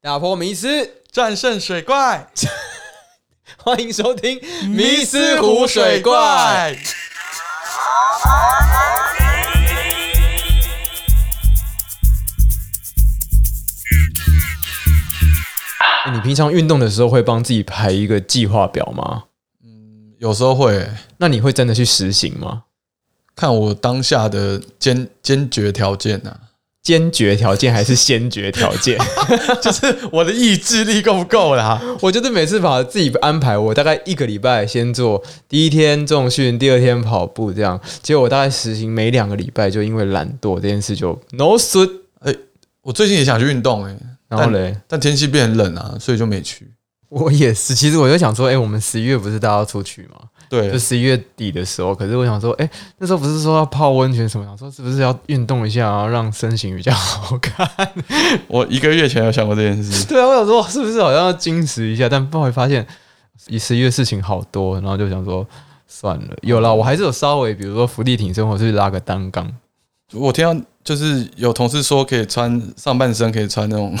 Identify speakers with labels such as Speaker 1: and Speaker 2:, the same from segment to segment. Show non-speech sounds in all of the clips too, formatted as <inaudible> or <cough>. Speaker 1: 打破迷思，
Speaker 2: 战胜水怪，
Speaker 1: <laughs> 欢迎收听《迷失湖水怪》。。你平常运动的时候会帮自己排一个计划表吗？
Speaker 2: 有时候会、
Speaker 1: 那你会真的去实行吗？
Speaker 2: 看我当下的坚坚决条件啊呐、
Speaker 1: 坚决条件还是先决条 <laughs> 件？
Speaker 2: 就是我的意志力够不够啦？
Speaker 1: <laughs> 我就是每次把自己安排，我大概一个礼拜先做第一天重训，第二天跑步这样。结果我大概实行每两个礼拜，就因为懒惰这件事就 no s o o
Speaker 2: 我最近也想去运动哎、
Speaker 1: 然后嘞，
Speaker 2: 但天气变很冷啊，所以就没去。
Speaker 1: 我也是，其实我就想说，哎、我们十一月不是大家要出去吗？就
Speaker 2: 对，
Speaker 1: 十一月底的时候，可是我想说，哎、那时候不是说要泡温泉什么，想说是不是要运动一下、啊，让身形比较好看？
Speaker 2: 我一个月前有想过这件事，
Speaker 1: <laughs> 对啊，我想说是不是好像要矜持一下，但后来发现十一月事情好多，然后就想说算了。有
Speaker 2: 哦
Speaker 1: 啦，我还是有稍微，比如说伏地挺身，或是拉个单杠。
Speaker 2: 我听到就是有同事说可以穿上半身，可以穿那种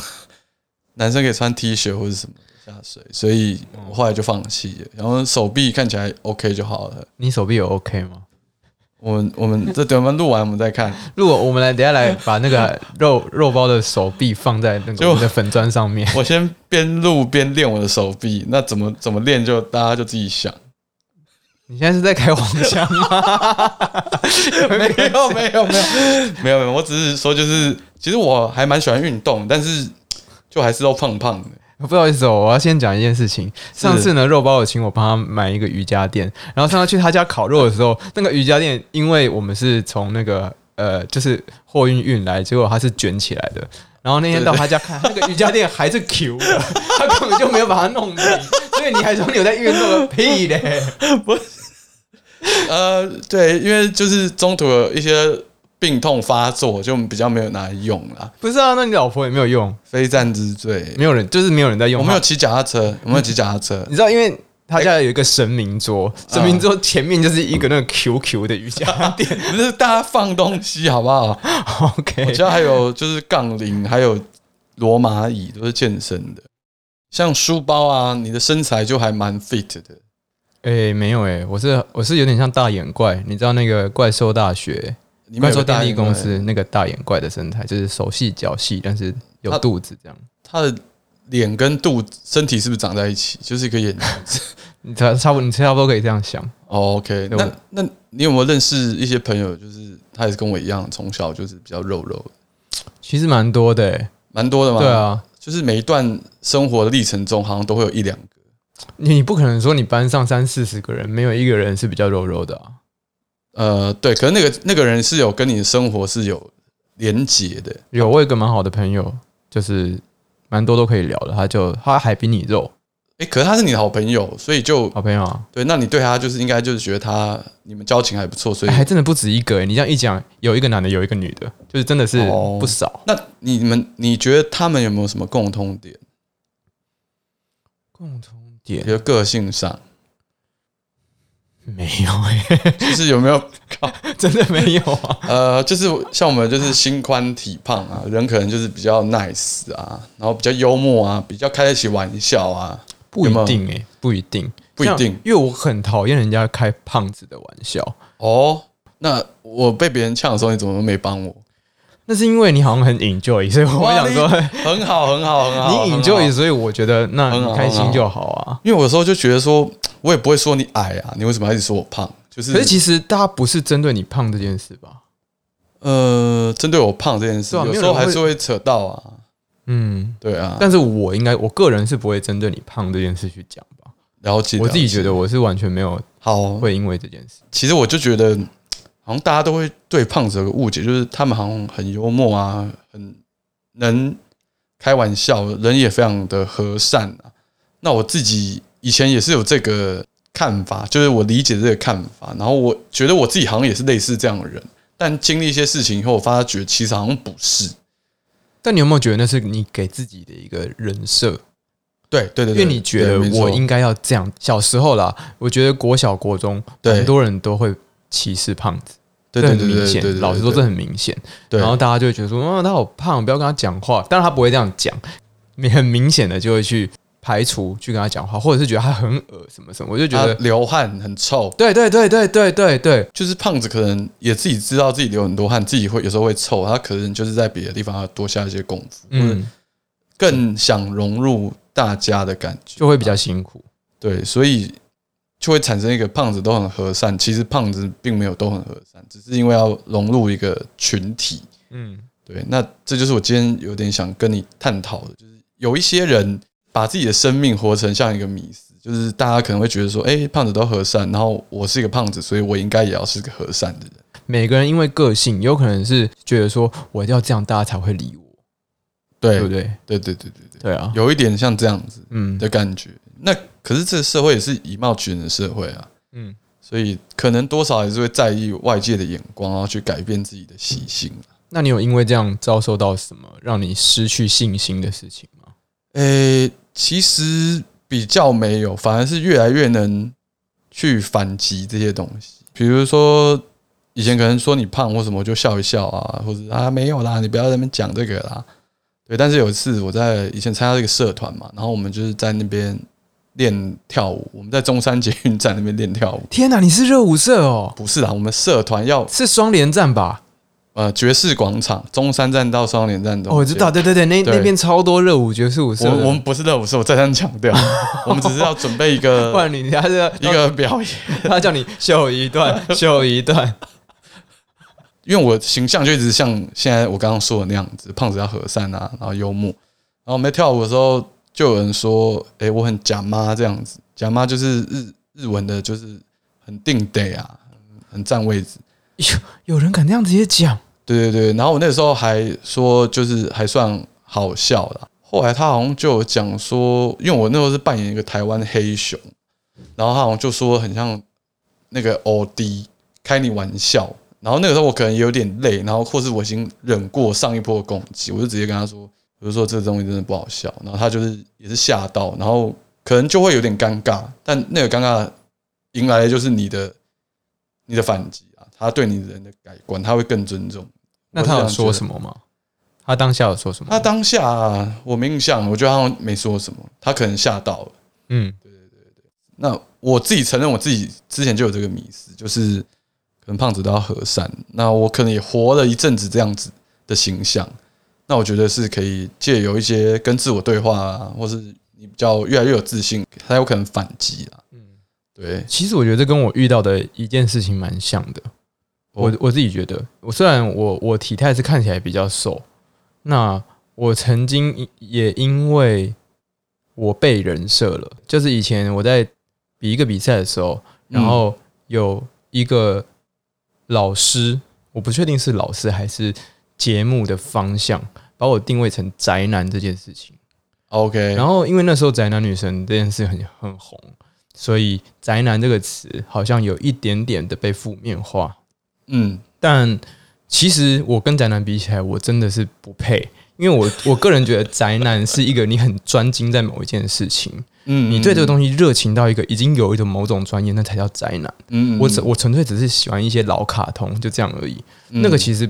Speaker 2: <laughs> 男生可以穿 T 恤或者什么下水，所以我后来就放弃了。然后手臂看起来 OK 就好了。
Speaker 1: 你手臂有 OK 吗？
Speaker 2: 我们我们这等我们录完我们再看。
Speaker 1: 如果我们来，等一下来把那个肉肉包的手臂放在那个
Speaker 2: 就
Speaker 1: 我们的粉砖上面，
Speaker 2: 我先边录边练我的手臂，那怎么怎么练就大家就自己想。 <laughs>
Speaker 1: 你现在是在开黄腔吗？
Speaker 2: 没有没有没有没有没有，我只是说就是，其实我还蛮喜欢运动，但是就还是都胖胖的。
Speaker 1: 不好意思哦，我要先讲一件事情。上次呢，肉包有请我帮他买一个瑜伽垫，然后上次去他家烤肉的时 <laughs> 候，那个瑜伽垫，因为我们是从那个呃，就是货运运来，结果它是卷起来的。然后那天到他家看，那个瑜伽垫还是 Q 的，他根本就没有把它弄平。所以你还说你有在运动个屁嘞？
Speaker 2: 呃，对，因为就是中途有一些病痛发作，就比较没有拿来用啦。
Speaker 1: 不是啊，那你老婆也没有用，
Speaker 2: 非战之罪，
Speaker 1: 没有人就是没有人在用。哎
Speaker 2: 我没有骑脚踏车，我没有骑脚
Speaker 1: <laughs>
Speaker 2: 踏车。
Speaker 1: 你知道，因为他家有一个神明桌，神明桌前面就是一个那个 QQ 的瑜伽垫。 <laughs>
Speaker 2: 不是大家放东西好不好？
Speaker 1: 哦 OK，
Speaker 2: 我家还有就是杠铃，还有罗马椅，都是健身的。像书包啊，你的身材就还蛮 fit 的。
Speaker 1: 诶、没有诶、我是我是有点像大眼怪，你知道那个怪兽大学、
Speaker 2: 你们
Speaker 1: 怪
Speaker 2: 有
Speaker 1: 兽
Speaker 2: 个大
Speaker 1: 电力
Speaker 2: 眼怪
Speaker 1: 公，司那个大眼怪的身材，就是手细脚细，但是有
Speaker 2: 他
Speaker 1: 肚子这样。
Speaker 2: 他的脸跟肚子身体是不是长在一起？就是一个眼睛。
Speaker 1: 你差差不多，你差不多可以这样想。
Speaker 2: 哦 OK，
Speaker 1: <laughs> 对
Speaker 2: 那那你有没有认识一些朋友，就是他也是跟我一样，从小就是比较肉肉的，
Speaker 1: 其实蛮多的、诶
Speaker 2: 蛮多的嘛。
Speaker 1: 对，啊，
Speaker 2: 就是每一段生活的历程中，好像都会有一两个。
Speaker 1: 你你不可能说你班上三四十个人，没有一个人是比较柔柔的啊。
Speaker 2: 呃，对，可是那个那个人是有跟你的生活是有连结的。
Speaker 1: 有我有一个蛮好的朋友，就是蛮多都可以聊的，他就他还比你肉，
Speaker 2: 诶，可是他是你的好朋友，所以就
Speaker 1: 好朋友啊。
Speaker 2: 对，那你对他就是应该就是觉得他你们交情还不错，所以
Speaker 1: 哎还真的不止一个、诶你这样一讲，有一个男的，有一个女的，就是真的是
Speaker 2: 哦
Speaker 1: 不少。
Speaker 2: 那你们你觉得他们有没有什么共通点？
Speaker 1: 共同
Speaker 2: 比
Speaker 1: 点
Speaker 2: 如个性上，
Speaker 1: 没有哎、
Speaker 2: 就是有没有 <laughs>
Speaker 1: 真的没有啊。
Speaker 2: 呃，就是像我们就是心宽体胖啊，人可能就是比较 nice 啊，然后比较幽默啊，比较开得起玩笑啊，
Speaker 1: <laughs> 不一
Speaker 2: 有没有
Speaker 1: 定哎、不一定，
Speaker 2: 不一
Speaker 1: 像
Speaker 2: 定
Speaker 1: 因为我很讨厌人家开胖子的玩笑。
Speaker 2: 哦。那我被别人呛的时候，你怎么都没帮我？
Speaker 1: 那是因为你好像很 enjoy，所以我
Speaker 2: 哇
Speaker 1: 想说
Speaker 2: 很好，很好，很好。
Speaker 1: <laughs> 你
Speaker 2: 很好
Speaker 1: enjoy，所以我觉得那
Speaker 2: 很好
Speaker 1: 你开心就好啊。
Speaker 2: 因为我有时候就觉得说，我也不会说你矮啊，你为什么要一直说我胖？就是
Speaker 1: 可是其实大家不是针对你胖这件事吧？
Speaker 2: 呃，针对我胖这件事，
Speaker 1: 对啊
Speaker 2: 有
Speaker 1: 没有
Speaker 2: 时候
Speaker 1: 人会
Speaker 2: 还是会扯到啊，
Speaker 1: 嗯，
Speaker 2: 对啊，
Speaker 1: 但是我应该我个人是不会针对你胖这件事去讲吧。
Speaker 2: 了解。
Speaker 1: 我自己
Speaker 2: 了解
Speaker 1: 觉得我是完全没有
Speaker 2: 好，
Speaker 1: 会因为这件事。
Speaker 2: 其实我就觉得，好像大家都会对胖子有个误解，就是他们好像很幽默啊，很能开玩笑，人也非常的和善啊。那我自己以前也是有这个看法，就是我理解这个看法，然后我觉得我自己好像也是类似这样的人。但经历一些事情以后，我发觉其实好像不是。
Speaker 1: 但你有没有觉得那是你给自己的一个人设？
Speaker 2: 对对对
Speaker 1: 因
Speaker 2: 对，
Speaker 1: 为你觉得
Speaker 2: 对没错
Speaker 1: 我应该要这样。小时候啦，我觉得国小、国中
Speaker 2: 对
Speaker 1: 很多人都会歧视胖子，
Speaker 2: 对对
Speaker 1: 这很
Speaker 2: 对对
Speaker 1: 明
Speaker 2: 对对对，
Speaker 1: 显。老实说，这很明显。
Speaker 2: 对
Speaker 1: 然后大家就会觉得说，哦，他好胖，不要跟他讲话。当然他不会这样讲，你很明显的就会去排除去跟他讲话，或者是觉得他很恶什么什么，我就觉
Speaker 2: 他
Speaker 1: 得
Speaker 2: 啊流汗很臭，
Speaker 1: 对对对对对对对，
Speaker 2: 就是胖子可能也自己知道自己流很多汗，自己会有时候会臭，他可能就是在别的地方要多下一些功夫，嗯，
Speaker 1: 嗯，
Speaker 2: 更想融入大家的感觉，
Speaker 1: 就会比较辛苦。
Speaker 2: 对，所以就会产生一个胖子都很和善，其实胖子并没有都很和善，只是因为要融入一个群体。
Speaker 1: 嗯
Speaker 2: 对，那这就是我今天有点想跟你探讨的，就是有一些人把自己的生命活成像一个迷思，就是大家可能会觉得说，哎、胖子都和善，然后我是一个胖子，所以我应该也要是个和善的人。
Speaker 1: 每个人因为个性，有可能是觉得说我要这样，大家才会理我，
Speaker 2: 对
Speaker 1: 对不对？
Speaker 2: 对对对对对，
Speaker 1: 对啊，
Speaker 2: 有一点像这样子
Speaker 1: 嗯
Speaker 2: 的感觉。那可是这个社会也是以貌取人的社会啊，
Speaker 1: 嗯，
Speaker 2: 所以可能多少还是会在意外界的眼光，然后去改变自己的习性。啊
Speaker 1: 那你有因为这样遭受到什么让你失去信心的事情吗？
Speaker 2: 诶、呃其实比较没有，反而是越来越能去反击这些东西。比如说，以前可能说你胖或什么，我就笑一笑啊，或者啊没有啦，你不要在那边讲这个啦。对，但是有一次我在以前参加这个社团嘛，然后我们就是在那边练跳舞，我们在中山捷运站那边练跳舞。
Speaker 1: 天哪，你是热舞社哦，
Speaker 2: 不是啦，我们社团要
Speaker 1: 是双连战吧？
Speaker 2: 呃爵士广场中山站到双连站中间
Speaker 1: 哦，我知道，对对对，那
Speaker 2: 对
Speaker 1: 那边超多热舞爵士舞社
Speaker 2: 我
Speaker 1: 的，
Speaker 2: 我们不是热舞社，我再三强调，我们只是要准备
Speaker 1: <laughs>
Speaker 2: 一
Speaker 1: 不
Speaker 2: 个
Speaker 1: 然你他是
Speaker 2: 一个表演，
Speaker 1: 哦他叫你秀一 <laughs> 段，秀一段，
Speaker 2: 因为我形象就一直像现在我刚刚说的那样子，胖子要和善啊，然后幽默。然后我们在跳舞的时候，就有人说：“诶、我很假妈这样子，假妈就是日日文的，就是很定得啊，很占位置。”
Speaker 1: 有人敢这样直接讲？
Speaker 2: 对对对，然后我那时候还说，就是还算好笑啦。后来他好像就有讲说，因为我那时候是扮演一个台湾黑熊，然后他好像就说很像那个 OD 开你玩笑。然后那个时候我可能也有点累，然后或是我已经忍过上一波的攻击，我就直接跟他说，我就说这个东西真的不好笑。然后他就是也是吓到，然后可能就会有点尴尬，但那个尴尬迎来的就是你的你的反击啊，他对你人的改观，他会更尊重。
Speaker 1: 那他有说什么吗？他当下有说什么？
Speaker 2: 他当下啊我没印象，我觉得他好像没说什么，他可能吓到了。
Speaker 1: 嗯，
Speaker 2: 那我自己承认，我自己之前就有这个迷思，就是可能胖子都要和善。那我可能也活了一阵子这样子的形象，那我觉得是可以借由一些跟自我对话啊，或是你比较越来越有自信，才有可能反击啦。嗯，对，
Speaker 1: 其实我觉得这跟我遇到的一件事情蛮像的。我
Speaker 2: 哦
Speaker 1: 我自己觉得，我虽然我我体态是看起来比较瘦，那我曾经也因为我被人设了，就是以前我在比一个比赛的时候，然后有一个老师，我不确定是老师还是节目的方向，把我定位成宅男这件事情。
Speaker 2: OK，
Speaker 1: 然后因为那时候宅男女神这件事很很红，所以宅男这个词好像有一点点的被负面化。
Speaker 2: 嗯，
Speaker 1: 但其实我跟宅男比起来，我真的是不配，因为我 <laughs> 我个人觉得宅男是一个你很专精在某一件事情，
Speaker 2: 嗯，
Speaker 1: 你对这个
Speaker 2: 西，
Speaker 1: 东西热情到一个已经有一种某种专业，那才叫宅男。
Speaker 2: 嗯
Speaker 1: 我只我纯粹只是喜欢一些老卡通，就这样而已。那个其实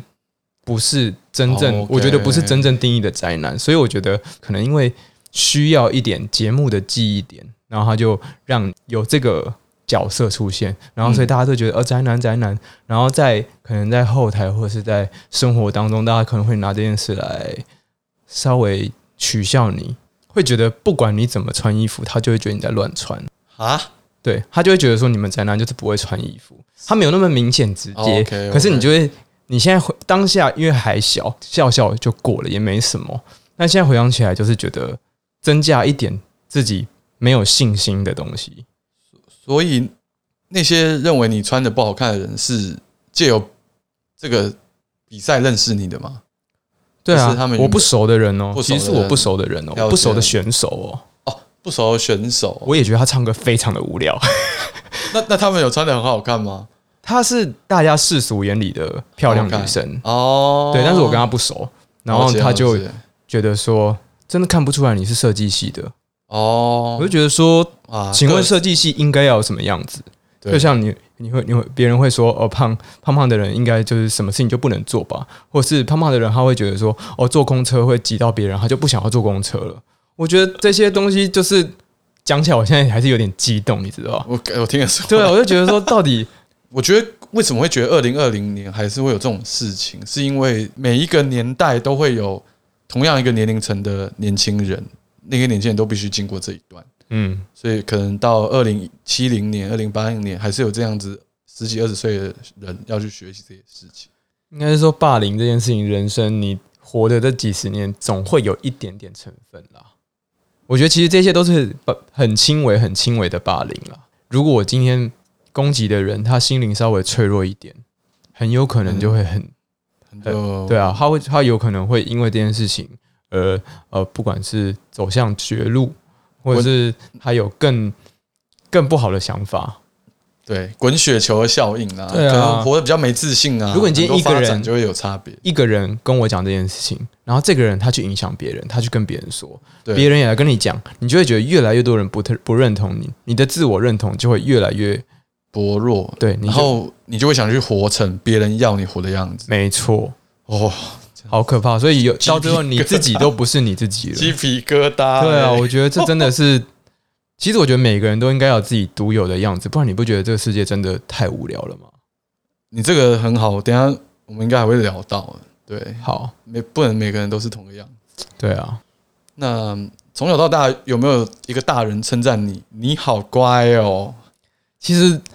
Speaker 1: 不是真正，
Speaker 2: 嗯哦 OK
Speaker 1: 我觉得不是真正定义的宅男，所以我觉得可能因为需要一点节目的记忆点，然后他就让有这个角色出现，然后所以
Speaker 2: 嗯
Speaker 1: 大家都觉得、呃宅男宅男，然后在可能在后台或者是在生活当中，大家可能会拿这件事来稍微取笑你，会觉得不管你怎么穿衣服，他就会觉得你在乱穿。
Speaker 2: 啊，
Speaker 1: 对他就会觉得说你们宅男就是不会穿衣服，他没有那么明显直接，
Speaker 2: 哦，OK，OK
Speaker 1: 可是你就会你现在回当下因为还小，笑笑就过了，也没什么。但现在回想起来，就是觉得增加一点自己没有信心的东西。
Speaker 2: 所以那些认为你穿的不好看的人是借由这个比赛认识你的吗？
Speaker 1: 对
Speaker 2: 就
Speaker 1: 啊
Speaker 2: 是他们，
Speaker 1: 我不熟的人哦、
Speaker 2: 不熟
Speaker 1: 其
Speaker 2: 的人
Speaker 1: 实是我不熟的人哦、
Speaker 2: 了解
Speaker 1: 我不熟的选手哦、
Speaker 2: 哦，不熟的选手，
Speaker 1: 我也觉得他唱歌非常的无聊。 <laughs>
Speaker 2: 那那他们有穿的很好看吗？
Speaker 1: 她是大家世俗眼里的漂亮女生，
Speaker 2: 哦，
Speaker 1: 对，但是我跟她不熟，然后
Speaker 2: 了解
Speaker 1: 她就
Speaker 2: 了解
Speaker 1: 觉得说真的看不出来你是设计系的，我
Speaker 2: 哦
Speaker 1: 就觉得说
Speaker 2: 啊
Speaker 1: 请问
Speaker 2: 各
Speaker 1: 设计系应该要有什么样子？
Speaker 2: 对
Speaker 1: 就像你，你会，你会，别人会说，哦，胖胖胖的人应该就是什么事情就不能做吧，或是胖胖的人他会觉得说，哦，坐公车会挤到别人，他就不想要坐公车了。我觉得这些东西就是讲起来，我现在还是有点激动，你知
Speaker 2: <laughs>
Speaker 1: 道吧？
Speaker 2: 我我听的是，
Speaker 1: 对啊，我就觉得说，到底
Speaker 2: 我觉得为什么会觉得二零二零年还是会有这种事情，是因为每一个年代都会有同样一个年龄层的年轻人，那些年轻人都必须经过这一段，
Speaker 1: 嗯，
Speaker 2: 所以可能到二零七零年、二零八零年，还是有这样子十几二十岁的人要去学习这些事情。
Speaker 1: 应该是说霸凌这件事情，人生你活的这几十年，总会有一点点成分啦。我觉得其实这些都是不很轻微、很轻微的霸凌啦。如果我今天攻击的人他心灵稍微脆弱一点，很有可能就会很、
Speaker 2: 很多
Speaker 1: 对啊，他会他有可能会因为这件事情而呃，不管是走向绝路，或者是他有更更不好的想法。
Speaker 2: 对滚雪球的效应啊，
Speaker 1: 对啊
Speaker 2: 可能活得比较没自信啊。
Speaker 1: 如果你今天一个人
Speaker 2: 能够发展就会有差别，
Speaker 1: 一个人跟我讲这件事情，然后这个人他去影响别人，他去跟别人说，
Speaker 2: 对
Speaker 1: 别人也来跟你讲，你就会觉得越来越多人不特不认同你，你的自我认同就会越来越
Speaker 2: 薄弱，
Speaker 1: 对。你就
Speaker 2: 然后你就会想去活成别人要你活的样子。
Speaker 1: 没错，
Speaker 2: 哦，
Speaker 1: 好可怕，所以有
Speaker 2: 鸡皮
Speaker 1: 到最后你
Speaker 2: 疙瘩
Speaker 1: 自己都不是
Speaker 2: <laughs>
Speaker 1: 你自己了。
Speaker 2: 鸡皮疙瘩、
Speaker 1: 对啊，
Speaker 2: 欸
Speaker 1: 我觉得这真的是，其实我觉得每个人都应该有自己独有的样子，不然你不觉得这个世界真的太无聊了吗？
Speaker 2: 你这个很好，等一下我们应该还会聊到的。对，
Speaker 1: 好，
Speaker 2: 每不能每个人都是同个样子。
Speaker 1: 对啊，
Speaker 2: 那从小到大有没有一个大人称赞你？你好乖哦
Speaker 1: 其实 <laughs>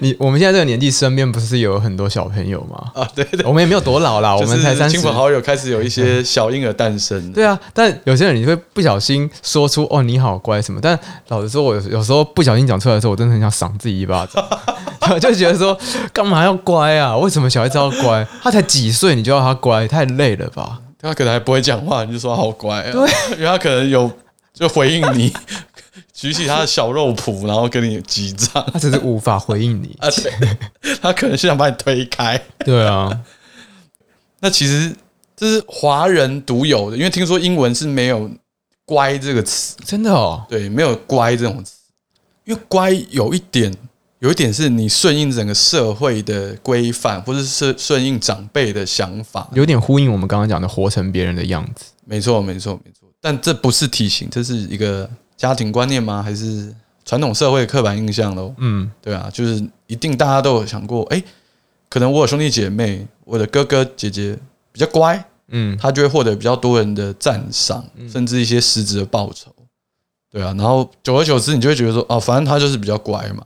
Speaker 1: 你我们现在这个年纪，身边不是有很多小朋友吗？
Speaker 2: 啊，对对，
Speaker 1: 我们也没有多老啦，我们才
Speaker 2: <laughs> 就是
Speaker 1: 三十
Speaker 2: 亲。朋好友开始有一些小婴儿诞生。
Speaker 1: 对啊，但有些人你会不小心说出“哦，你好乖”什么，但老实说，我有有时候不小心讲出来的时候，我真的很想赏自己一巴 <laughs> 掌，我就觉得说干嘛要乖啊？为什么小孩子要乖？他才几岁你就要他乖，太累了吧？
Speaker 2: 他可能还不会讲话，你就说好乖啊，对，因为他可能有就回应你， <laughs> 举起他的小肉脯，然后跟你击掌，
Speaker 1: <laughs> 他只是无法回应你。
Speaker 2: 啊，对，他可能是想把你推开。
Speaker 1: 对啊，
Speaker 2: 那其实这是华人独有的，因为听说英文是没有“乖”这个词，
Speaker 1: 真的哦，
Speaker 2: 对，没有“乖”这种词，因为“乖”有一点，有一点是你顺应整个社会的规范，或者是顺应长辈的想法，
Speaker 1: 有点呼应我们刚刚讲的活成别人的样子。
Speaker 2: 没错，没错，没错。但这不是体型，这是一个家庭观念吗？还是传统社会的刻板印象喽？
Speaker 1: 嗯，
Speaker 2: 对啊，就是一定大家都有想过，哎、可能我有兄弟姐妹，我的哥哥姐姐比较乖，
Speaker 1: 嗯，
Speaker 2: 他就会获得比较多人的赞赏，甚至一些实质的报酬。对啊，然后久而久之，你就会觉得说，哦，反正他就是比较乖嘛。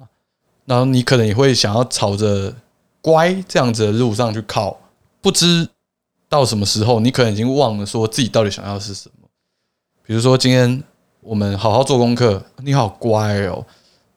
Speaker 2: 然后你可能也会想要朝着乖这样子的路上去靠，不知到什么时候，你可能已经忘了说自己到底想要的是什么。比如说今天我们好好做功课，你好乖哦，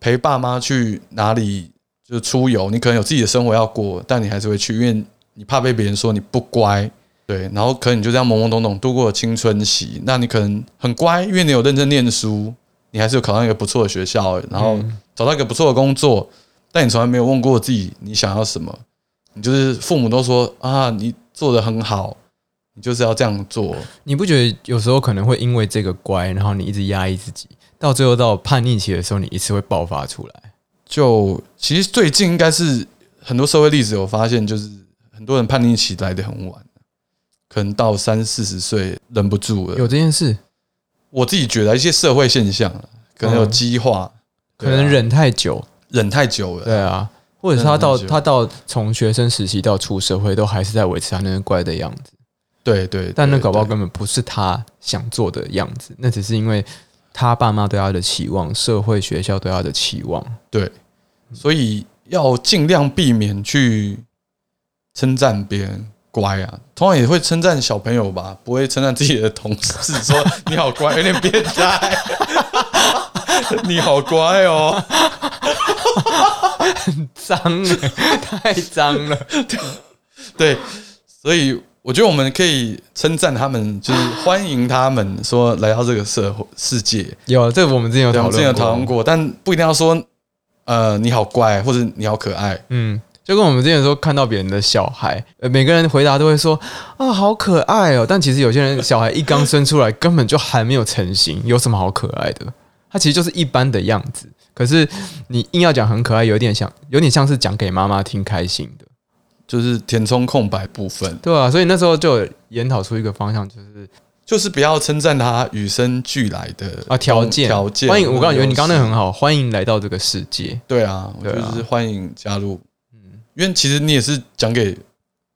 Speaker 2: 陪爸妈去哪里就是出游，你可能有自己的生活要过，但你还是会去，因为你怕被别人说你不乖，对，然后可能你就这样懵懵懂懂度过了青春期。那你可能很乖，因为你有认真念书，你还是有考上一个不错的学校，然后
Speaker 1: 嗯
Speaker 2: 找到一个不错的工作，但你从来没有问过自己你想要什么。你就是父母都说啊，你做的很好，你就是要这样做。
Speaker 1: 你不觉得有时候可能会因为这个乖，然后你一直压抑自己，到最后到叛逆期的时候，你一次会爆发出来？
Speaker 2: 就其实最近应该是很多社会例子有发现，就是很多人叛逆期来的很晚，可能到三四十岁忍不住了
Speaker 1: 有。这件事，
Speaker 2: 我自己觉得一些社会现象啊，可能有
Speaker 1: 嗯
Speaker 2: 激化，
Speaker 1: 可能
Speaker 2: 对啊
Speaker 1: 忍太久，
Speaker 2: 忍太久了。
Speaker 1: 对啊，或者是他到
Speaker 2: 忍太久
Speaker 1: 他到从学生时期到出社会，都还是在维持他那个乖的样子，
Speaker 2: 对对，
Speaker 1: 但那
Speaker 2: 对
Speaker 1: 搞不好
Speaker 2: 对
Speaker 1: 根本不是他想做的样子，那只是因为他爸妈对他的期望，社会学校对他的期望。
Speaker 2: 所以要尽量避免去称赞别人乖啊。通常也会称赞小朋友吧，不会称赞自己的同事说你好乖，有点变态。 <laughs> 你好乖哦， <laughs>
Speaker 1: 脏了， <laughs> 太脏了。
Speaker 2: 对，所以我觉得我们可以称赞他们，就是欢迎他们说来到这个社会世界。
Speaker 1: <laughs> 有这个我们之前有
Speaker 2: 对，我
Speaker 1: 讨论，
Speaker 2: 们之前有讨论。过，但不一定要说呃你好乖或者你好可爱，
Speaker 1: 嗯，就跟我们之前说看到别人的小孩，呃，每个人回答都会说啊好可爱哦，但其实有些人小孩一刚生出来根本就还没有成型，有什么好可爱的？他其实就是一般的样子，可是你硬要讲很可爱，有点像，有点像是讲给妈妈听开心的，
Speaker 2: 就是填充空白部分。
Speaker 1: 对啊，所以那时候就有研讨出一个方向，就是
Speaker 2: 就是不要称赞他与生俱来的哦
Speaker 1: 啊条件
Speaker 2: 条件。
Speaker 1: 欢迎，我刚觉得你刚刚那个
Speaker 2: 很
Speaker 1: 很好，欢迎来到这个世界。
Speaker 2: 对啊，我
Speaker 1: 对啊
Speaker 2: 就是欢迎加入，
Speaker 1: 嗯，
Speaker 2: 因为其实你也是讲给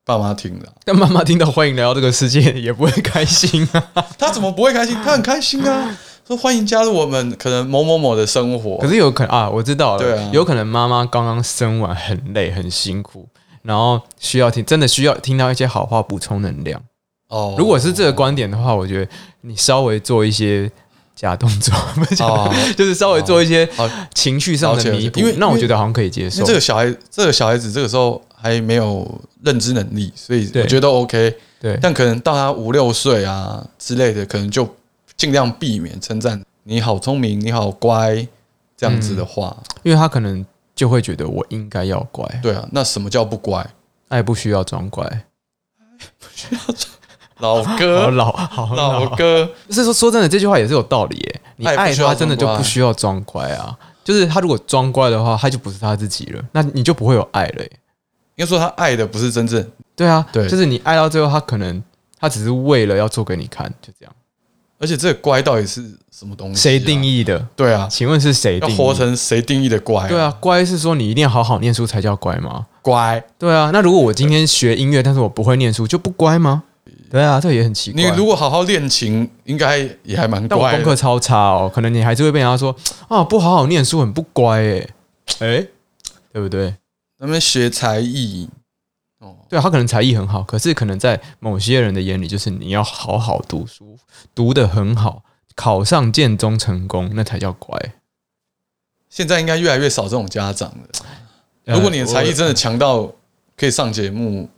Speaker 2: 爸妈听的啊、
Speaker 1: 但妈妈听到欢迎来到这个世界也不会开心啊。
Speaker 2: 他怎么不
Speaker 1: <laughs>
Speaker 2: 会开心？他很开心啊，说欢迎加入我们可能某某某的生活
Speaker 1: 可。是有可能啊，我知道了，
Speaker 2: 对啊
Speaker 1: 有可能妈妈刚刚生完很累很辛苦，然后需要听真的需要听到一些好话补充能量。
Speaker 2: 哦
Speaker 1: 如果是这个观点的话，我觉得你稍微做一些假动作， <laughs> 不是假动作
Speaker 2: 哦
Speaker 1: 就是稍微做一些
Speaker 2: 哦
Speaker 1: 情绪上
Speaker 2: 了解
Speaker 1: 的
Speaker 2: 了
Speaker 1: 弥
Speaker 2: 解
Speaker 1: 补，
Speaker 2: 因为
Speaker 1: 那我
Speaker 2: 因为
Speaker 1: 觉得好像可以接
Speaker 2: 因
Speaker 1: 受
Speaker 2: 为。这个小孩，这个小孩子这个时候还没有认知能力，所以
Speaker 1: 对
Speaker 2: 我觉得 OK。
Speaker 1: 对，
Speaker 2: 但可能到他五六岁啊之类的，可能就尽量避免称赞“你好聪明，你好乖”这样子的话。
Speaker 1: 因为他可能就会觉得我应该要乖，
Speaker 2: 对啊，那什么叫不乖？
Speaker 1: 他也不需要装乖。
Speaker 2: <laughs> 老
Speaker 1: 好
Speaker 2: 哥，
Speaker 1: 老，好老
Speaker 2: 老。哥，
Speaker 1: 是说说真的，这句话也是有道理耶。你
Speaker 2: 他也
Speaker 1: 爱
Speaker 2: 不需要
Speaker 1: 他真的就不需要装乖啊。就是他如果装乖的话，他就不是他自己了，那你就不会有爱了耶。
Speaker 2: 应该说他爱的不是真正，
Speaker 1: 对啊，
Speaker 2: 对
Speaker 1: 就是你爱到最后，他可能他只是为了要做给你看，就这样。
Speaker 2: 而且这个乖到底是什么东西、
Speaker 1: 谁定
Speaker 2: 义？
Speaker 1: 义的？
Speaker 2: 对啊，
Speaker 1: 请问是谁
Speaker 2: 要
Speaker 1: 定义？
Speaker 2: 活成谁定义的乖、
Speaker 1: 对啊，，乖是说你一定要好好念书才叫乖吗？
Speaker 2: 乖。
Speaker 1: 对啊，那如果我今天学音乐，但是我不会念书，就不乖吗？对啊，这也很奇怪。
Speaker 2: 你如果好好练琴，应该也还蛮
Speaker 1: 但我
Speaker 2: 乖
Speaker 1: 功
Speaker 2: 的。
Speaker 1: 课超差哦，可能你还是会被人家说啊，不好好念书，很不乖哎，哎、对不对？
Speaker 2: 那边学才艺，哦，
Speaker 1: 对啊他可能才艺很好，可是可能在某些人的眼里，就是你要好好读书，读得很好，考上建中成功，那才叫乖。
Speaker 2: 现在应该越来越少这种家长了。
Speaker 1: 呃
Speaker 2: 如果你的才艺真的强到可以上节目，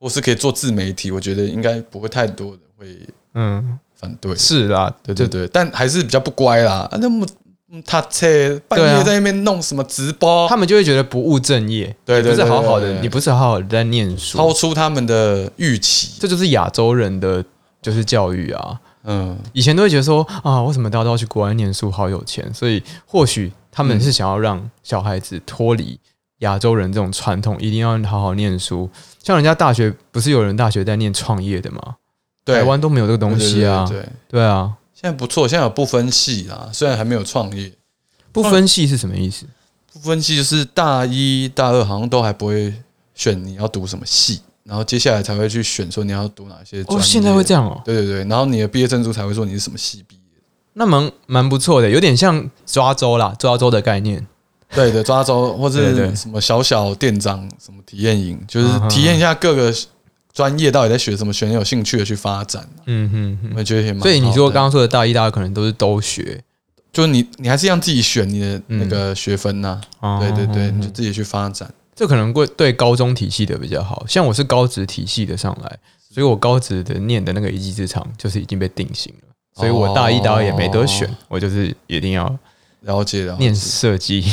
Speaker 2: 或是可以做自媒体，我觉得应该不会太多人会
Speaker 1: 呃，我嗯，
Speaker 2: 反对。
Speaker 1: 是啦，
Speaker 2: 对对对，但还是比较不乖啦。啊，那么嗯他切半
Speaker 1: 对啊
Speaker 2: 夜在那边弄什么直播，
Speaker 1: 他们就会觉得不务正业，
Speaker 2: 对对
Speaker 1: 你不是好好
Speaker 2: 对对
Speaker 1: 的，
Speaker 2: 对
Speaker 1: 你不是好好的在念
Speaker 2: 超
Speaker 1: 书，
Speaker 2: 出他们的预期。
Speaker 1: 这就是亚洲人的就是教育啊。
Speaker 2: 嗯，
Speaker 1: 以前都会觉得说啊，为什么大家都要去国外念书，好有钱？所以或许他们是想要让小孩子脱离亚洲人这种传统，一定要好好念书。像人家大学不是有人大学在念创业的吗？
Speaker 2: 对，
Speaker 1: 台湾都没有这个东西啊。
Speaker 2: 对对对对
Speaker 1: 对啊，
Speaker 2: 现在不错，现在有不分系啦，虽然还没有创业，
Speaker 1: 不分系是什么意思？
Speaker 2: 不分系就是大一、大二好像都还不会选你要读什么系，然后接下来才会去选说你要读哪些。
Speaker 1: 哦，现在会这
Speaker 2: 样。
Speaker 1: 样哦，
Speaker 2: 对对对，然后你的毕业证书才会说你是什么系毕业。
Speaker 1: 那蛮蛮不错的，有点像抓周啦，抓周的概念。
Speaker 2: 对的，抓周或
Speaker 1: 对对啊
Speaker 2: 是什么小小店长什么体验营，就是体验一下各个专业到底在学什么，选有兴趣的去发展，
Speaker 1: 嗯哼哼
Speaker 2: 我。觉得也蛮好
Speaker 1: 所
Speaker 2: 的。
Speaker 1: 以你说刚刚说的大一、大二可能都是都学，
Speaker 2: 就是你你还是让自己选你的那个学分呐、
Speaker 1: 嗯哦
Speaker 2: 对对对，你就自己去发展。
Speaker 1: 这可能会对高中体系的比较好。像我是高职体系的上来，所以我高职的念的那个一技之长就是已经被定型了，所以我大一、大二也没得选，
Speaker 2: 哦
Speaker 1: 我就是一定要
Speaker 2: 了解了解
Speaker 1: 念设计。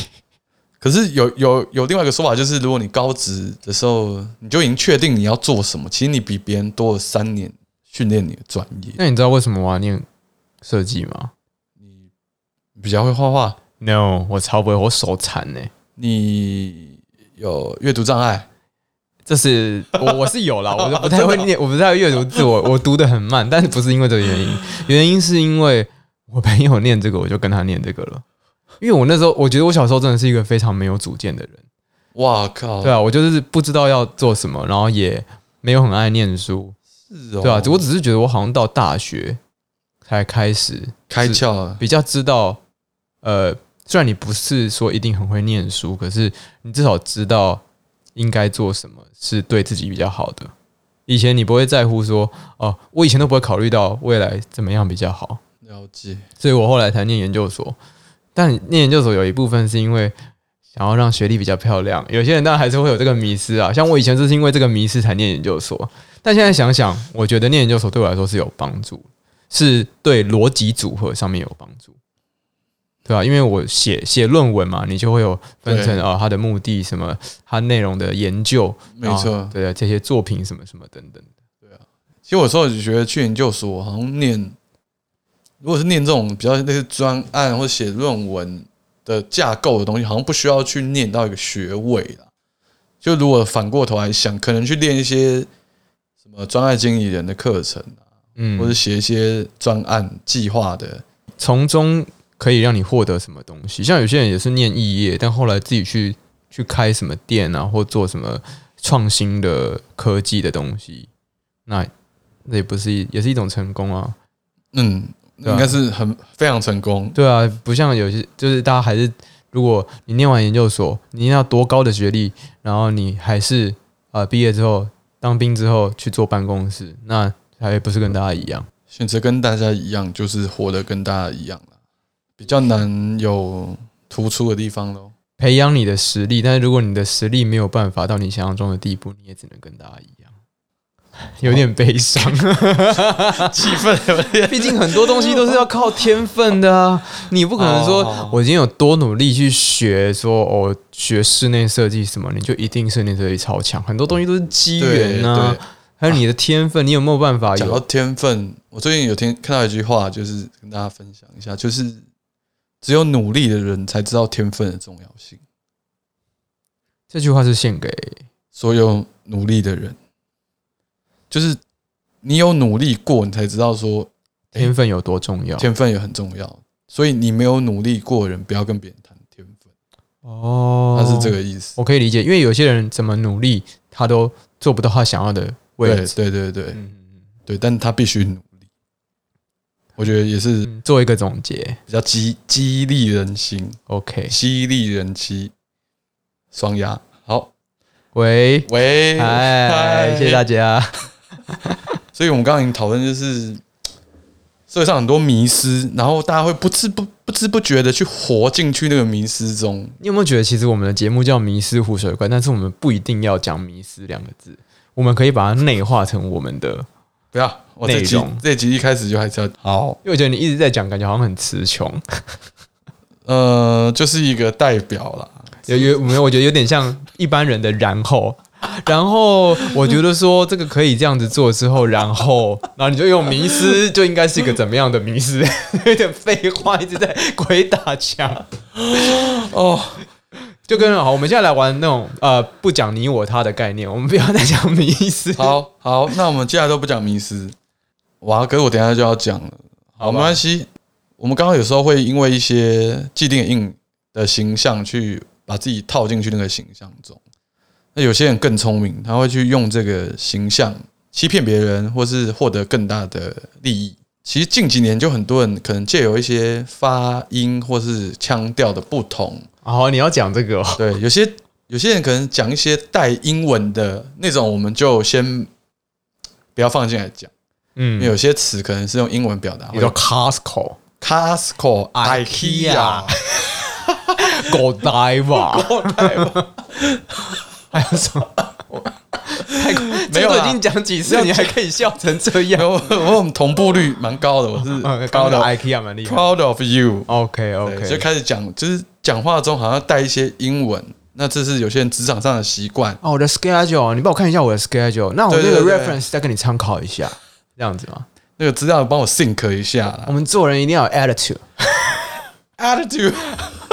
Speaker 2: 可是有有有另外一个说法，就是如果你高职的时候你就已经确定你要做什么，其实你比别人多了三年训练你的专业，
Speaker 1: 那你知道为什么我要念设计吗嗯
Speaker 2: 你比较会画画，
Speaker 1: ？No，我超不会，我手残呢、
Speaker 2: 你有阅读障碍，
Speaker 1: 这是我我是有啦， <laughs> 我就不太会念，我不太会阅读字，我我读的很慢，但是不是因为这个原因，原因是因为我朋友念这个，我就跟他念这个了。因为我那时候，我觉得我小时候真的是一个非常没有主见的人，
Speaker 2: 哇靠！
Speaker 1: 对啊，我就是不知道要做什么，然后也没有很爱念书，
Speaker 2: 是哦，
Speaker 1: 对啊，我只是觉得我好像到大学才开始
Speaker 2: 开窍了，
Speaker 1: 比较知道，呃，虽然你不是说一定很会念书，可是你至少知道应该做什么是对自己比较好的。以前你不会在乎说，哦、我以前都不会考虑到未来怎么样比较好，
Speaker 2: 了解。
Speaker 1: 所以我后来才念研究所。但念研究所有一部分是因为想要让学历比较漂亮，有些人当然还是会有这个迷失啊。像我以前就是因为这个迷失才念研究所，但现在想想，我觉得念研究所对我来说是有帮助，是对逻辑组合上面有帮助，对吧、因为我写写论文嘛，你就会有分成
Speaker 2: 对
Speaker 1: 啊、它的目的什么，它内容的研究，
Speaker 2: 没错
Speaker 1: 然后对啊，这些作品什么什么等等。
Speaker 2: 其实我有时候就觉得去研究所好像念，如果是念这种比较类似专案或写论文的架构的东西，好像不需要去念到一个学位啦。就如果反过头来想，可能去练一些什么专案经理人的课程啊，
Speaker 1: 嗯，
Speaker 2: 或者写一些专案计划的，
Speaker 1: 从中可以让你获得什么东西。像有些人也是念肄业，但后来自己去去开什么店啊，或做什么创新的科技的东西，那那也不是一也是一种成功啊。
Speaker 2: 嗯，
Speaker 1: 对啊
Speaker 2: 应该是很非常成功。
Speaker 1: 对啊，不像有些就是大家还是，如果你念完研究所，你念到多高的学历，然后你还是呃毕业之后当兵之后去做办公室，那还不是跟大家一样？
Speaker 2: 选择跟大家一样，就是活得跟大家一样了，比较难有突出的地方喽。
Speaker 1: 培养你的实力，但是如果你的实力没有办法到你想象中的地步，你也只能跟大家一样，有点悲伤。
Speaker 2: 气氛有点
Speaker 1: 毕竟很多东西都是要靠天分的啊，你不可能说
Speaker 2: 哦
Speaker 1: 我今天有多努力去学，说哦学室内设计什么，你就一定室内设计超强。很多东西都是机缘啊，还有你的天分，你有没有办法
Speaker 2: 讲到
Speaker 1: 有？
Speaker 2: 天分，我最近有听看到一句话，就是跟大家分享一下，就是只有努力的人才知道天分的重要性。
Speaker 1: 这句话是献给
Speaker 2: 哎所有努力的人，就是你有努力过，你才知道说
Speaker 1: 天分有多重要
Speaker 2: 天分也很重要。所以你没有努力过的人，不要跟别人谈天分，
Speaker 1: 哦
Speaker 2: 他是这，个意思。
Speaker 1: 我可以理解，因为有些人怎么努力，他都做不到他想要的位
Speaker 2: 对
Speaker 1: 置。
Speaker 2: 对对对
Speaker 1: 嗯，
Speaker 2: 对，但他必须努力。我觉得也是
Speaker 1: 嗯做一个总结
Speaker 2: 比较激激励人心，
Speaker 1: ，OK？
Speaker 2: 激励人心，双压好。
Speaker 1: 喂，
Speaker 2: 喂，
Speaker 1: 嗨，谢谢大
Speaker 2: 家。
Speaker 1: 家。
Speaker 2: 所以我们刚刚已经讨论，就是社会上很多迷失，然后大家会不知不不知不觉的去活进去那个迷失中。
Speaker 1: 你有没有觉得，其实我们的节目叫“迷失湖水怪”，但是我们不一定要讲“迷失”两个字，我们可以把它内化成我们的。
Speaker 2: 不要，啊我这
Speaker 1: 内
Speaker 2: 集
Speaker 1: 容
Speaker 2: 这集一开始就还是要好，
Speaker 1: 因为我觉得你一直在讲，感觉好像很词穷，
Speaker 2: 呃，就是一个代表啦。
Speaker 1: 有有没有？我觉得有点像一般人的“然后”。 <laughs> 然后我觉得说这个可以这样子做之后，然后然后你就用迷失，就应该是一个怎么样的迷失？ <laughs> 有点废话，一直在鬼打 <laughs> 墙。
Speaker 2: 哦，
Speaker 1: 就跟好，我们现在来玩那种呃不讲你我他的概念，我们不要再讲迷失。
Speaker 2: 好好，那我们接下来都不讲迷失。哇，可是我等一下就要讲了。好，
Speaker 1: 好吧
Speaker 2: 没关系。我们刚刚有时候会因为一些既定印的形象去把自己套进去那个形象中。那有些人更聪明，他会去用这个形象欺骗别人，或是获得更大的利益。其实近几年就很多人可能借由一些发音或是腔调的不同，
Speaker 1: 好，你要讲这个、哦。
Speaker 2: 对，有些有些人可能讲一些带英文的那种，我们就先不要放进来讲，因
Speaker 1: 嗯
Speaker 2: 为有些词可能是用英文表达。
Speaker 1: 你说 Costco、
Speaker 2: Costco、
Speaker 1: IKEA
Speaker 2: <laughs> IKEA、
Speaker 1: Godiva，还有什么？太
Speaker 2: 没
Speaker 1: 这
Speaker 2: 有啦
Speaker 1: 都已经讲几次，你还可以笑成这样？
Speaker 2: 我我们同步率蛮高的，我是
Speaker 1: <laughs> 嗯，刚
Speaker 2: 高
Speaker 1: 的哦
Speaker 2: 的
Speaker 1: IKEA 蛮厉害。
Speaker 2: proud of you。
Speaker 1: OK
Speaker 2: 对，就
Speaker 1: OK。
Speaker 2: 开始讲，就是讲话中好像带一些英文，那这是有些人职场上的习惯。
Speaker 1: 哦，我的 schedule，你帮我看一下我的 schedule，那我这
Speaker 2: 对
Speaker 1: 个
Speaker 2: 对对
Speaker 1: reference 再跟你参考一下，这样子吗？
Speaker 2: 那个资料帮我 think 一下
Speaker 1: 我
Speaker 2: 啦
Speaker 1: 们做人一定要有 attitude， <laughs>
Speaker 2: ，attitude，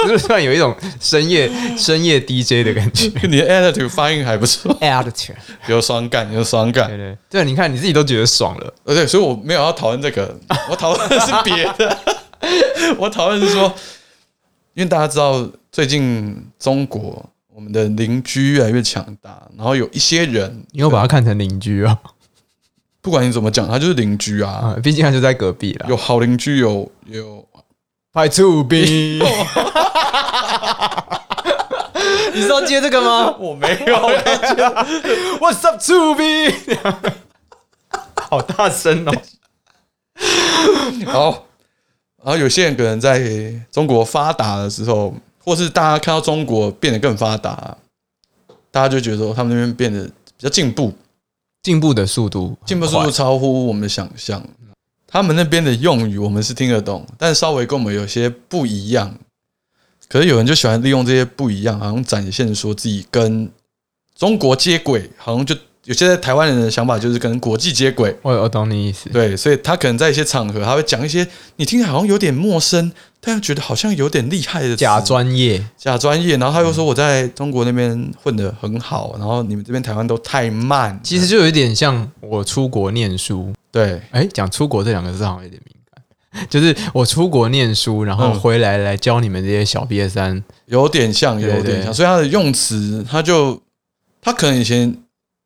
Speaker 1: 就是突然有一种深夜 <laughs> 深夜 DJ 的感觉。
Speaker 2: 你的 attitude 发音还不错，
Speaker 1: attitude，
Speaker 2: 有双感，有双感
Speaker 1: 对。对对，你看你自己都觉得爽了。
Speaker 2: 呃，对，所以我没有要讨论这个，我讨论的是别的。 <laughs> 我讨论是说，因为大家知道最近中国我们的邻居越来越强大，然后有一些人，
Speaker 1: 你又把他看成邻居哦，
Speaker 2: 不管你怎么讲，他就是邻居啊，
Speaker 1: 啊，毕竟他就在隔壁啦。
Speaker 2: 有好邻居，有有
Speaker 1: 派出兵。你是要接这个吗
Speaker 2: 我没 <laughs> 有，
Speaker 1: ？What's up，出兵？好大声哦！
Speaker 2: 好，然后有些人可能在中国发达的时候，或是大家看到中国变得更发达，大家就觉得说他们那边变得比较进步，
Speaker 1: 进步的速度，
Speaker 2: 进步速度。超乎我们的想象。他们那边的用语我们是听得懂，但稍微跟我们有些不一样。可是有人就喜欢利用这些不一样，好像展现说自己跟中国接轨，好像就有些台湾人的想法就是跟国际接轨，
Speaker 1: 我我懂你意思。
Speaker 2: 对，所以他可能在一些场合，他会讲一些你听起来好像有点陌生，但又觉得好像有点厉害的词
Speaker 1: 假专业，
Speaker 2: 假专业，然后他又说我在中国那边混得很好，然后你们这边台湾都太慢。
Speaker 1: 其实就有点像我出国念书。
Speaker 2: 对，
Speaker 1: 哎，讲出国这两个字好像有点敏感， <laughs> 就是我出国念书，然后
Speaker 2: 嗯
Speaker 1: 回来来教你们这些小瘪三。
Speaker 2: 有点像，有
Speaker 1: 对
Speaker 2: 点像，
Speaker 1: 对
Speaker 2: 所以他的用词，他就他可能以前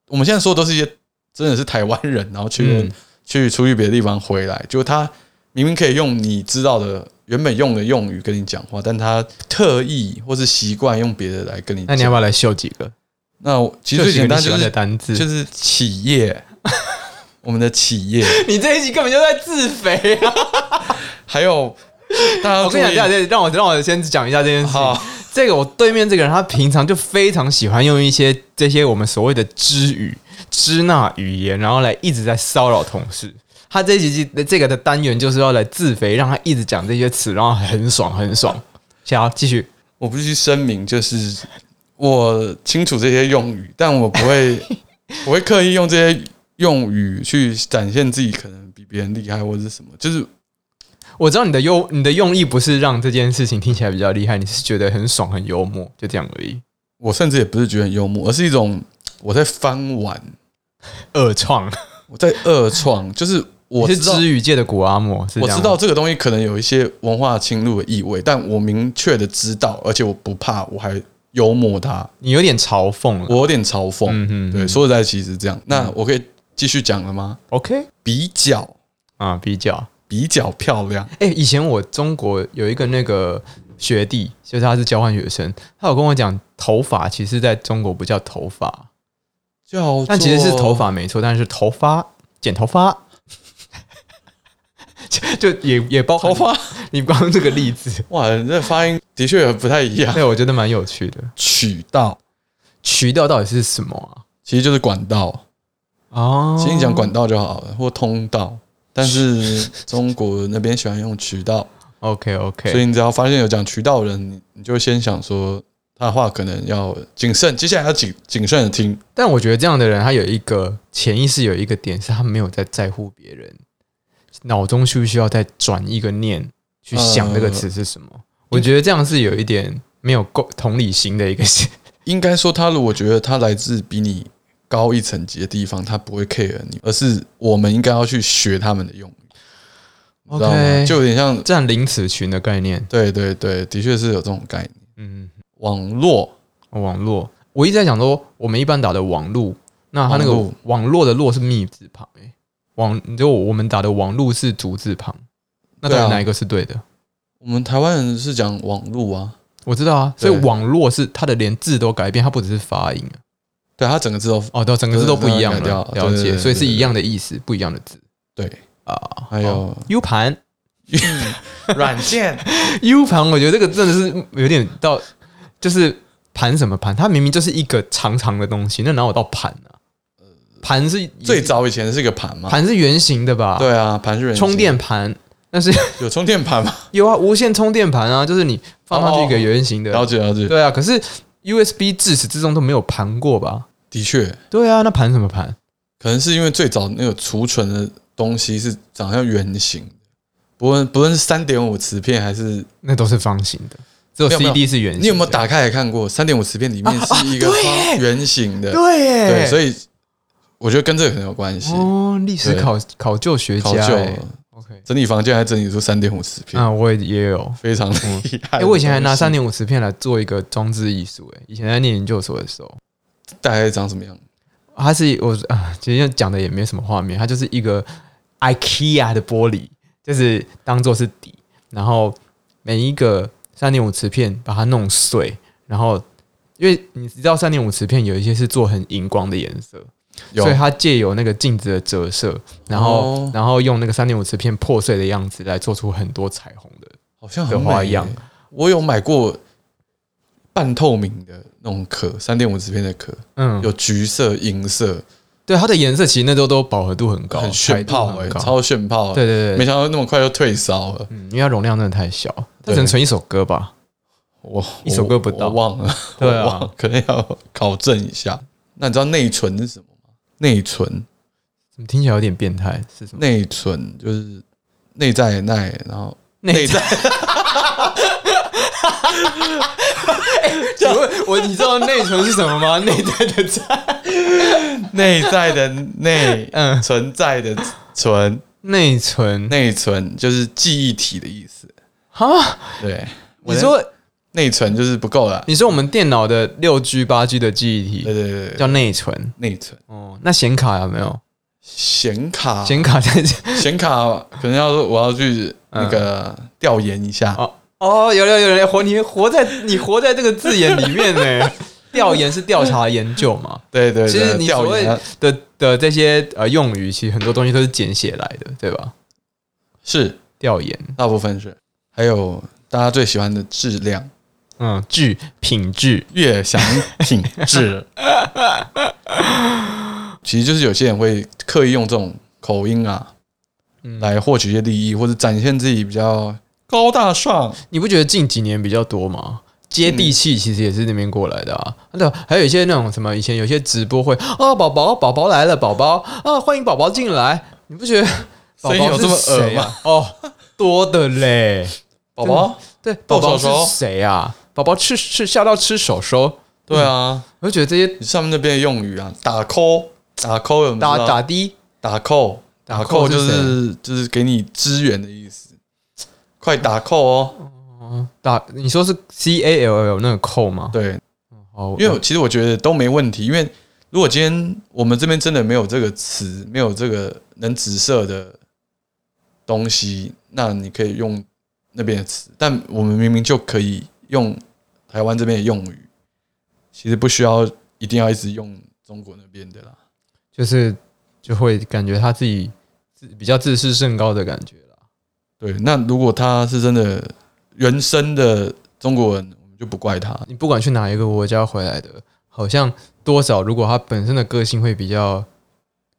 Speaker 2: 我们现在说的都是一些真的是台湾人，然后去、
Speaker 1: 嗯，
Speaker 2: 去出去别的地方回来，就他明明可以用你知道的原本用的用语跟你讲话，但他特意或是习惯用别的来跟你
Speaker 1: 那
Speaker 2: 讲。
Speaker 1: 你要不要来秀几个？
Speaker 2: 那我其实最简单
Speaker 1: 秀几个你喜
Speaker 2: 就
Speaker 1: 欢的
Speaker 2: 是
Speaker 1: 单字，
Speaker 2: 就是企业， <laughs> 我们的企业，
Speaker 1: <laughs> 你这一集根本就在自肥啊！
Speaker 2: 还有大家要
Speaker 1: 我跟你
Speaker 2: 注
Speaker 1: 讲，
Speaker 2: 意
Speaker 1: 这样这样让我让我先讲一下这件事情。
Speaker 2: 好，
Speaker 1: 这个我对面这个人，他平常就非常喜欢用一些这些我们所谓的支语、支那语言，然后来一直在骚扰同事。他这一集这个的单元就是要来自肥，让他一直讲这些词，然后很爽很爽。好，继续。
Speaker 2: 我必须声明，就是我清楚这些用语，但我不会， <laughs> 我会刻意用这些用语去展现自己可能比别人厉害或者是什么，就是
Speaker 1: 我知道你的用你的用意不是让这件事情听起来比较厉害，你是觉得很爽很幽默，就这样而已。
Speaker 2: 我甚至也不是觉得很幽默，而是一种我在翻玩，
Speaker 1: 恶创，
Speaker 2: 我在恶创，就是我
Speaker 1: 你是
Speaker 2: 知道
Speaker 1: 知语界的古阿莫，是这
Speaker 2: 我
Speaker 1: 样
Speaker 2: 知
Speaker 1: 吗
Speaker 2: 道这个东西可能有一些文化侵入的意味，但我明确的知道，而且我不怕，我还幽默它，
Speaker 1: 你有点嘲讽了。
Speaker 2: 我有点嘲讽。
Speaker 1: 嗯嗯嗯，嗯
Speaker 2: 对，说实在，其实是这样。那我可以继续讲了吗？
Speaker 1: OK
Speaker 2: 比较
Speaker 1: 啊，比较。
Speaker 2: 比较漂亮，
Speaker 1: 哎、以前我中国有一个那个学弟，就是他是交换学生，他有跟我讲，头发其实在中国不叫头发，
Speaker 2: 叫做
Speaker 1: 但其实是头发没错，但是头发剪头发， <laughs> 就就也也包
Speaker 2: 头
Speaker 1: 含
Speaker 2: 发。
Speaker 1: 你 <laughs> 刚刚这个例
Speaker 2: <laughs>
Speaker 1: 子，
Speaker 2: 哇，你这发音的确不太一
Speaker 1: <laughs>
Speaker 2: 样。
Speaker 1: 对我觉得蛮有趣的。
Speaker 2: 渠道
Speaker 1: 渠道到底是什么
Speaker 2: 其实就是管道，
Speaker 1: 啊？哦，
Speaker 2: 其实你讲管道就好了，或通道。但是中国那边喜欢用渠道，
Speaker 1: ，OK
Speaker 2: 所
Speaker 1: <laughs> OK，
Speaker 2: 以你只要发现有讲渠道的人，你你就先想说他的话可能要谨慎，接下来要谨谨慎的听。
Speaker 1: 但我觉得这样的人，他有一个潜意识有一个点是他没有在在乎别人，脑中需不需要再转一个念去想这个词是什么？我觉得这样是有一点没有够同理心的一个
Speaker 2: 应该说，他如果觉得他来自比你高一层级的地方，他不会 care 你，而是我们应该要去学他们的用语，你知道吗？
Speaker 1: OK
Speaker 2: 就有点像，
Speaker 1: 占领此群的概念。
Speaker 2: 对对对，的确是有这种概念。
Speaker 1: 嗯，
Speaker 2: 网络
Speaker 1: 网络，我一直在想说，我们一般打的网络，那它那个
Speaker 2: 网路
Speaker 1: 网络的络是密字旁、欸，网就我们打的网络是竹字旁，那到
Speaker 2: 对
Speaker 1: 底
Speaker 2: 啊
Speaker 1: 哪一个是对的？
Speaker 2: 我们台湾人是讲网络啊，
Speaker 1: 我知道啊，所以
Speaker 2: 对
Speaker 1: 网络是它的连字都改变，它不只是发音啊。
Speaker 2: 对他整个字都
Speaker 1: 哦，对，整个字都不一样
Speaker 2: 改掉
Speaker 1: 了，了
Speaker 2: 对对
Speaker 1: 解，
Speaker 2: 对
Speaker 1: 所以是
Speaker 2: 对对
Speaker 1: 一样的意思，不一样的字
Speaker 2: 对。
Speaker 1: 啊。
Speaker 2: 还有、
Speaker 1: 哦 U 盘嗯
Speaker 2: 软件，
Speaker 1: ，U 盘，我觉得这个真的是有点到，就是盘什么盘？它明明就是一个长长的东西，那哪有到盘啊？盘是
Speaker 2: <laughs> 呃最早以前是一个盘嘛，
Speaker 1: 盘是圆形的吧？，
Speaker 2: 对啊，盘是圆形
Speaker 1: 充电盘，但是 <laughs>
Speaker 2: 有充电盘嘛？
Speaker 1: 有啊，无线充电盘啊，就是你放上去一个圆形的，
Speaker 2: 哦了解了解，
Speaker 1: 对啊。可是 USB 自始至终都没有盘过吧？
Speaker 2: 的确，
Speaker 1: 对啊，那盘什么盘？
Speaker 2: 可能是因为最早那个储存的东西是长像圆形的，不论不论是三点五磁片还是
Speaker 1: 那都是方形的，只有
Speaker 2: 没有没有
Speaker 1: CD 是圆形的。
Speaker 2: 你有没有打开来看过？三点五磁片里面是一个
Speaker 1: 啊啊对耶
Speaker 2: 方圆形的，
Speaker 1: 对耶，
Speaker 2: 对，所以我觉得跟这个很有关系。
Speaker 1: 哦，历史
Speaker 2: 对
Speaker 1: 考考究学家、
Speaker 2: 考究
Speaker 1: 欸、，OK，
Speaker 2: 整理房间还整理出三点五磁片，
Speaker 1: 啊，我也也有，
Speaker 2: 非常厉害。
Speaker 1: 哎、我以前还拿三
Speaker 2: 点，
Speaker 1: 点五磁片来做一个装置艺术，哎，以前在念研究所的时候，
Speaker 2: 大概长什么样？
Speaker 1: 它是我啊，其实讲的也没什么画面，它就是一个 IKEA 的玻璃，就是当做是底，然后每一个三点五磁片把它弄碎，然后因为你知道三点五磁片有一些是做很荧光的颜色，
Speaker 2: 有
Speaker 1: 所以它借由那个镜子的折射，然后、
Speaker 2: 哦
Speaker 1: 然后用那个三点五磁片破碎的样子来做出很多彩虹的。
Speaker 2: 好像很
Speaker 1: 的花
Speaker 2: 美耶
Speaker 1: 样。
Speaker 2: 我有买过半透明的那种壳，三点五磁片的壳，
Speaker 1: 嗯，
Speaker 2: 有橘色、银色，
Speaker 1: 对它的颜色其实那都都饱和度很高，
Speaker 2: 很炫
Speaker 1: 彩
Speaker 2: 炮
Speaker 1: 度
Speaker 2: 哎、
Speaker 1: 很高
Speaker 2: 超炫炮、
Speaker 1: 对对对
Speaker 2: 没想到那么快就退烧了。
Speaker 1: 嗯，因为它容量真的太小，它
Speaker 2: 对
Speaker 1: 只能存一首歌吧。
Speaker 2: 我
Speaker 1: 一首歌不到
Speaker 2: <laughs> 我我忘了，
Speaker 1: 对啊
Speaker 2: 我忘了可能要考证一下。那你知道内存是什么吗？内存，
Speaker 1: 怎么听起来有点变态？是什么？
Speaker 2: 内存就是内在的耐，然后 <laughs> 内
Speaker 1: 内在？
Speaker 2: 在
Speaker 1: 请问我你知道内存是什么
Speaker 2: <laughs>
Speaker 1: 吗？内在的在，
Speaker 2: 内在的内，
Speaker 1: <laughs> 嗯，
Speaker 2: 存在的存，
Speaker 1: 内存
Speaker 2: 内存就是记忆体的意思。
Speaker 1: 啊？
Speaker 2: 对，我
Speaker 1: 你
Speaker 2: 的
Speaker 1: 说
Speaker 2: 内存就是不够了。
Speaker 1: 你说我们电脑的六 G 八 G 的记忆体
Speaker 2: 对对对对，
Speaker 1: 叫内存
Speaker 2: 内存
Speaker 1: 哦，那显卡有没有？
Speaker 2: 显卡，
Speaker 1: 显卡在
Speaker 2: 显卡可能要我要去那个调研一下。
Speaker 1: 嗯哦哦，有有有人活你活在你活在这个字眼里面
Speaker 2: <laughs>
Speaker 1: 呢。调研是调查研究嘛
Speaker 2: 对对
Speaker 1: 其实
Speaker 2: 对，
Speaker 1: 你
Speaker 2: 调
Speaker 1: 所谓
Speaker 2: 研啊
Speaker 1: 的的这些呃用语，其实很多东西都是简写来的，对吧？
Speaker 2: 是
Speaker 1: 调研，
Speaker 2: 大部分是，还有大家最喜欢的质量，
Speaker 1: 嗯，质品质，
Speaker 2: 悦享品质。其实就是有些人会刻意用这种口音啊，
Speaker 1: 嗯，
Speaker 2: 来获取一些利益，或者展现自己比较高大上。
Speaker 1: 你不觉得近几年比较多吗？接地气其实也是那边过来的啊，对，还有一些那种什么，以前有些直播会啊，宝宝宝宝来了，宝宝啊，欢迎宝宝进来，你不觉得宝
Speaker 2: 声音
Speaker 1: 宝
Speaker 2: 有这么
Speaker 1: 是谁
Speaker 2: 恶吗
Speaker 1: 啊？哦，多的嘞，
Speaker 2: 宝宝，
Speaker 1: 对，宝宝
Speaker 2: 手
Speaker 1: 是
Speaker 2: 手
Speaker 1: 谁啊？宝宝吃吃笑到吃手手，
Speaker 2: 对啊，
Speaker 1: 我就觉得这些
Speaker 2: 你上面那边的用语啊，打 call，打 call 有没有
Speaker 1: 打
Speaker 2: 知道
Speaker 1: 打的
Speaker 2: 打 call，
Speaker 1: 打
Speaker 2: 打
Speaker 1: call
Speaker 2: call
Speaker 1: 是
Speaker 2: 就
Speaker 1: 谁
Speaker 2: 是就是给你支援的意思，快打 call 哦。
Speaker 1: 打，你说是 C A L L 那个扣吗？
Speaker 2: 对，
Speaker 1: 哦，
Speaker 2: 因为我其实我觉得都没问题，因为如果今天我们这边真的没有这个词，没有这个能直射的东西，那你可以用那边的词，但我们明明就可以用台湾这边的用语，其实不需要一定要一直用中国那边的啦。
Speaker 1: 就是就会感觉他自己自比较自视甚高的感觉啦。
Speaker 2: 对，那如果他是真的原生的中国人，我们就不怪他。
Speaker 1: 你不管去哪一个国家回来的，好像多少如果他本身的个性会比较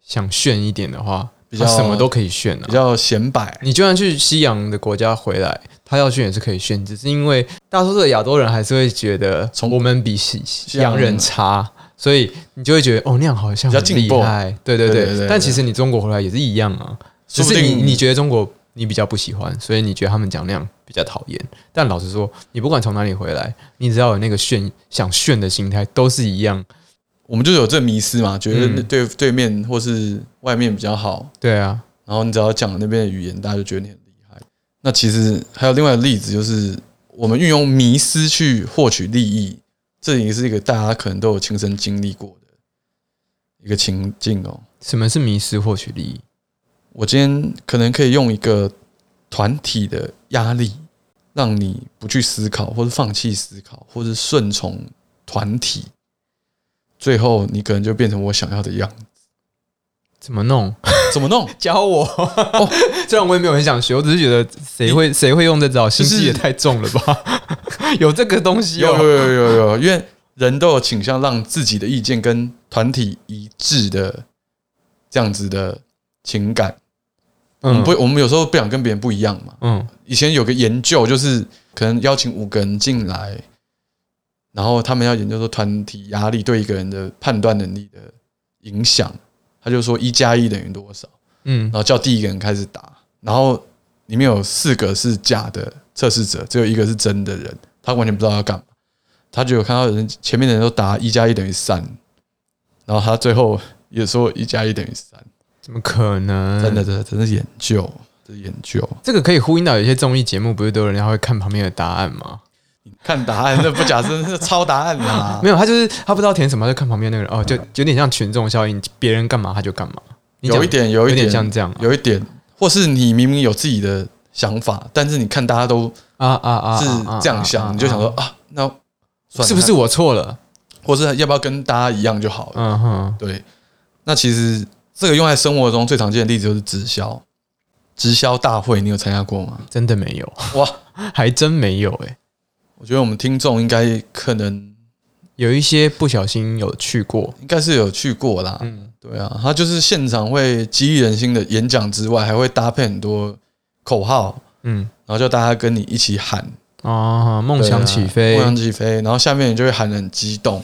Speaker 1: 想炫一点的话，
Speaker 2: 比较
Speaker 1: 他什么都可以炫啊
Speaker 2: 比。较显摆，
Speaker 1: 你就算去西洋的国家回来，他要炫也是可以炫，只是因为大多数的亚洲人还是会觉得
Speaker 2: 从
Speaker 1: 我们比西西
Speaker 2: 西洋
Speaker 1: 洋人差，所以你就会觉得哦那样好像
Speaker 2: 比较
Speaker 1: 很
Speaker 2: 进
Speaker 1: 厉
Speaker 2: 步
Speaker 1: 害，对对
Speaker 2: 对对
Speaker 1: 对
Speaker 2: 对。
Speaker 1: 但
Speaker 2: 对
Speaker 1: 其实你中国回来也是一样啊，只
Speaker 2: 说不
Speaker 1: 是你
Speaker 2: 定
Speaker 1: 你觉得中国你比较不喜欢，所以你觉得他们讲那样比较讨厌。但老实说，你不管从哪里回来，你只要有那个炫想炫的心态，都是一样。
Speaker 2: 我们就有这迷失嘛，觉得
Speaker 1: 嗯
Speaker 2: 对对面或是外面比较好，
Speaker 1: 对啊，
Speaker 2: 然后你只要讲那边的语言，大家就觉得你很厉害。那其实还有另外的例子，就是我们运用迷失去获取利益，这也是一个大家可能都有亲身经历过的一个情境哦。
Speaker 1: 什么是迷失获取利益？
Speaker 2: 我今天可能可以用一个团体的压力，让你不去思考，或是放弃思考，或是顺从团体，最后你可能就变成我想要的样子。
Speaker 1: 怎么弄？
Speaker 2: 怎么弄？ <laughs>
Speaker 1: 教我。哦虽然我也没有很想学，我只是觉得谁会谁会用这招，心机也太重了吧？
Speaker 2: <laughs>
Speaker 1: 有这个东西
Speaker 2: 有有
Speaker 1: 哦。
Speaker 2: 有有有，因为人都有倾向让自己的意见跟团体一致的这样子的情感。我们
Speaker 1: 嗯
Speaker 2: 不，我们有时候不想跟别人不一样嘛。
Speaker 1: 嗯
Speaker 2: 以前有个研究，就是可能邀请五个人进来，然后他们要研究说团体压力对一个人的判断能力的影响。他就说一加一等于多少，
Speaker 1: 嗯
Speaker 2: 然后叫第一个人开始打，然后里面有四个是假的测试者，只有一个是真的人，他完全不知道要干嘛。他就有看到人前面的人都答一加一等于三，然后他最后也说一加一等于三，
Speaker 1: 怎么可能？
Speaker 2: 真的，真的，真的是研究，这是研究。
Speaker 1: 这个可以呼应到有些综艺节目，不是都有人家会看旁边的答案吗？
Speaker 2: 看答案，那不假设是抄答案 <laughs> 啦。
Speaker 1: 没有，他就是他不知道填什么，他就看旁边那个人，哦，就有点像群众效应，别人干嘛他就干嘛。你讲
Speaker 2: 啊有一点，有
Speaker 1: 有
Speaker 2: 一点，
Speaker 1: 像这样啊
Speaker 2: 有一点，或是你明明有自己的想法，但是你看大家都
Speaker 1: 啊啊啊，
Speaker 2: 是
Speaker 1: 啊
Speaker 2: 这样想，你就想，
Speaker 1: 啊
Speaker 2: 说啊，那
Speaker 1: 啊啊
Speaker 2: 算了
Speaker 1: 是不是？我错了？
Speaker 2: 或是要不要跟大家一样就好了？
Speaker 1: 嗯哼，
Speaker 2: 对，那其实这个用在生活中最常见的例子就是直销，直销大会你有参加
Speaker 1: <laughs>
Speaker 2: 过吗？
Speaker 1: 真的没有
Speaker 2: 哇，
Speaker 1: 还真没有哎。
Speaker 2: 我觉得我们听众应该可能
Speaker 1: 有一些不小心有去过，
Speaker 2: 应该是有去过啦，
Speaker 1: 嗯，
Speaker 2: 对啊，他就是现场会激励人心的演讲之外，还会搭配很多口号，
Speaker 1: 嗯
Speaker 2: 然后叫大家跟你一起喊
Speaker 1: 啊，梦想起
Speaker 2: 对啊
Speaker 1: 飞
Speaker 2: 梦，想起飞，然后下面人就会喊得很激动，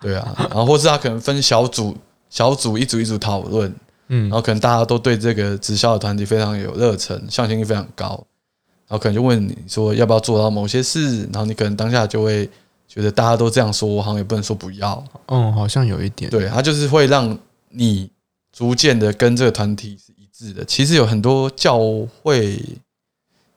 Speaker 2: 对啊，然后或是他可能分小组，小组一组一组讨论，
Speaker 1: 嗯
Speaker 2: 然后可能大家都对这个直销的团体非常有热忱，向心力非常高，然后可能就问你说要不要做到某些事，然后你可能当下就会觉得大家都这样说，我好像也不能说不要，
Speaker 1: 嗯，好像有一点，
Speaker 2: 对，它就是会让你逐渐的跟这个团体是一致的。其实有很多教会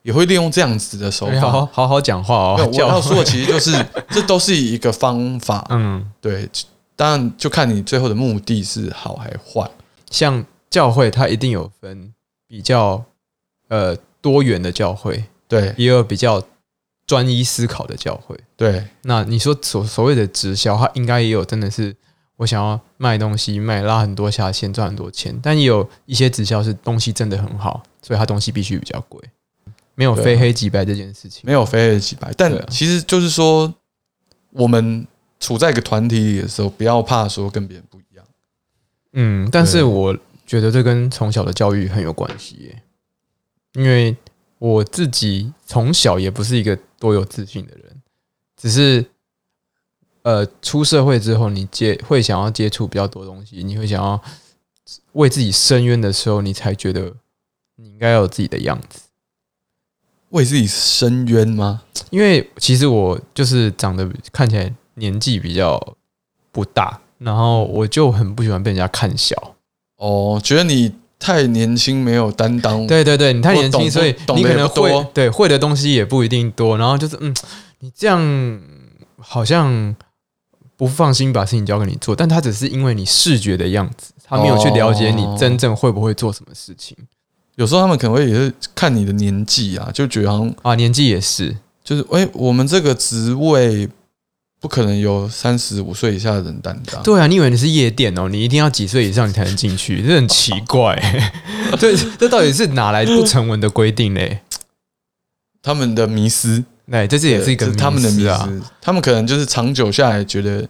Speaker 2: 也会利用这样子的手
Speaker 1: 哎好
Speaker 2: 法。
Speaker 1: 好好讲话哦
Speaker 2: 没有，我
Speaker 1: 叫
Speaker 2: 要说的其实就是， <laughs> 这都是一个方法，
Speaker 1: <laughs> 嗯，
Speaker 2: 对，当然就看你最后的目的是好还坏。
Speaker 1: 像教会它一定有分比较呃多元的教会，
Speaker 2: 对
Speaker 1: 也有比较专一思考的教会。
Speaker 2: 对
Speaker 1: 那你说所所谓的直销，它应该也有真的是我想要卖东西，卖拉很多下线赚很多钱，但也有一些直销是东西真的很好，所以它东西必须比较贵，没有
Speaker 2: 对啊
Speaker 1: 非黑即白这件事情。
Speaker 2: 没有非黑即白，
Speaker 1: 对啊
Speaker 2: 但其实就是说，我们处在一个团体里的时候，不要怕说跟别人不一样。
Speaker 1: 嗯，但是
Speaker 2: 对
Speaker 1: 我觉得这跟从小的教育很有关系耶，因为我自己从小也不是一个多有自信的人，只是呃出社会之后，你接会想要接触比较多东西，你会想要为自己伸冤的时候，你才觉得你应该要有自己的样子。
Speaker 2: 为自己伸冤吗？
Speaker 1: 因为其实我就是长得看起来年纪比较不大，然后我就很不喜欢被人家看小。
Speaker 2: 哦，觉得你太年轻，没有担
Speaker 1: <laughs>
Speaker 2: 当。
Speaker 1: 对对对，你太
Speaker 2: 我
Speaker 1: 年
Speaker 2: 懂
Speaker 1: 轻，
Speaker 2: 不
Speaker 1: 所以
Speaker 2: 懂
Speaker 1: 你
Speaker 2: 得
Speaker 1: 可
Speaker 2: 也
Speaker 1: 能
Speaker 2: 不
Speaker 1: 会
Speaker 2: 多
Speaker 1: 对会的东西也不一定多，然后就是嗯，你这样好像不放心把事情交给你做，但他只是因为你视觉的样子，他没有去了解你
Speaker 2: 哦
Speaker 1: 真正会不会做什么事情、
Speaker 2: 有时候他们可能会也是看你的年纪啊，就觉得好像
Speaker 1: 啊。年纪也是，
Speaker 2: 就是，哎、我们这个职位不可能有三十五岁以下的人担当。
Speaker 1: 对啊，你以为你是夜店哦，你一定要几岁以上你才能进去，这很奇怪、
Speaker 2: <laughs>
Speaker 1: 对，这到底是哪来不成文的规定嘞？
Speaker 2: 他们的迷失，
Speaker 1: 哎，这这也是一个
Speaker 2: 这他们的迷
Speaker 1: 迷
Speaker 2: 失
Speaker 1: 思啊，
Speaker 2: 他们可能就是长久下来觉得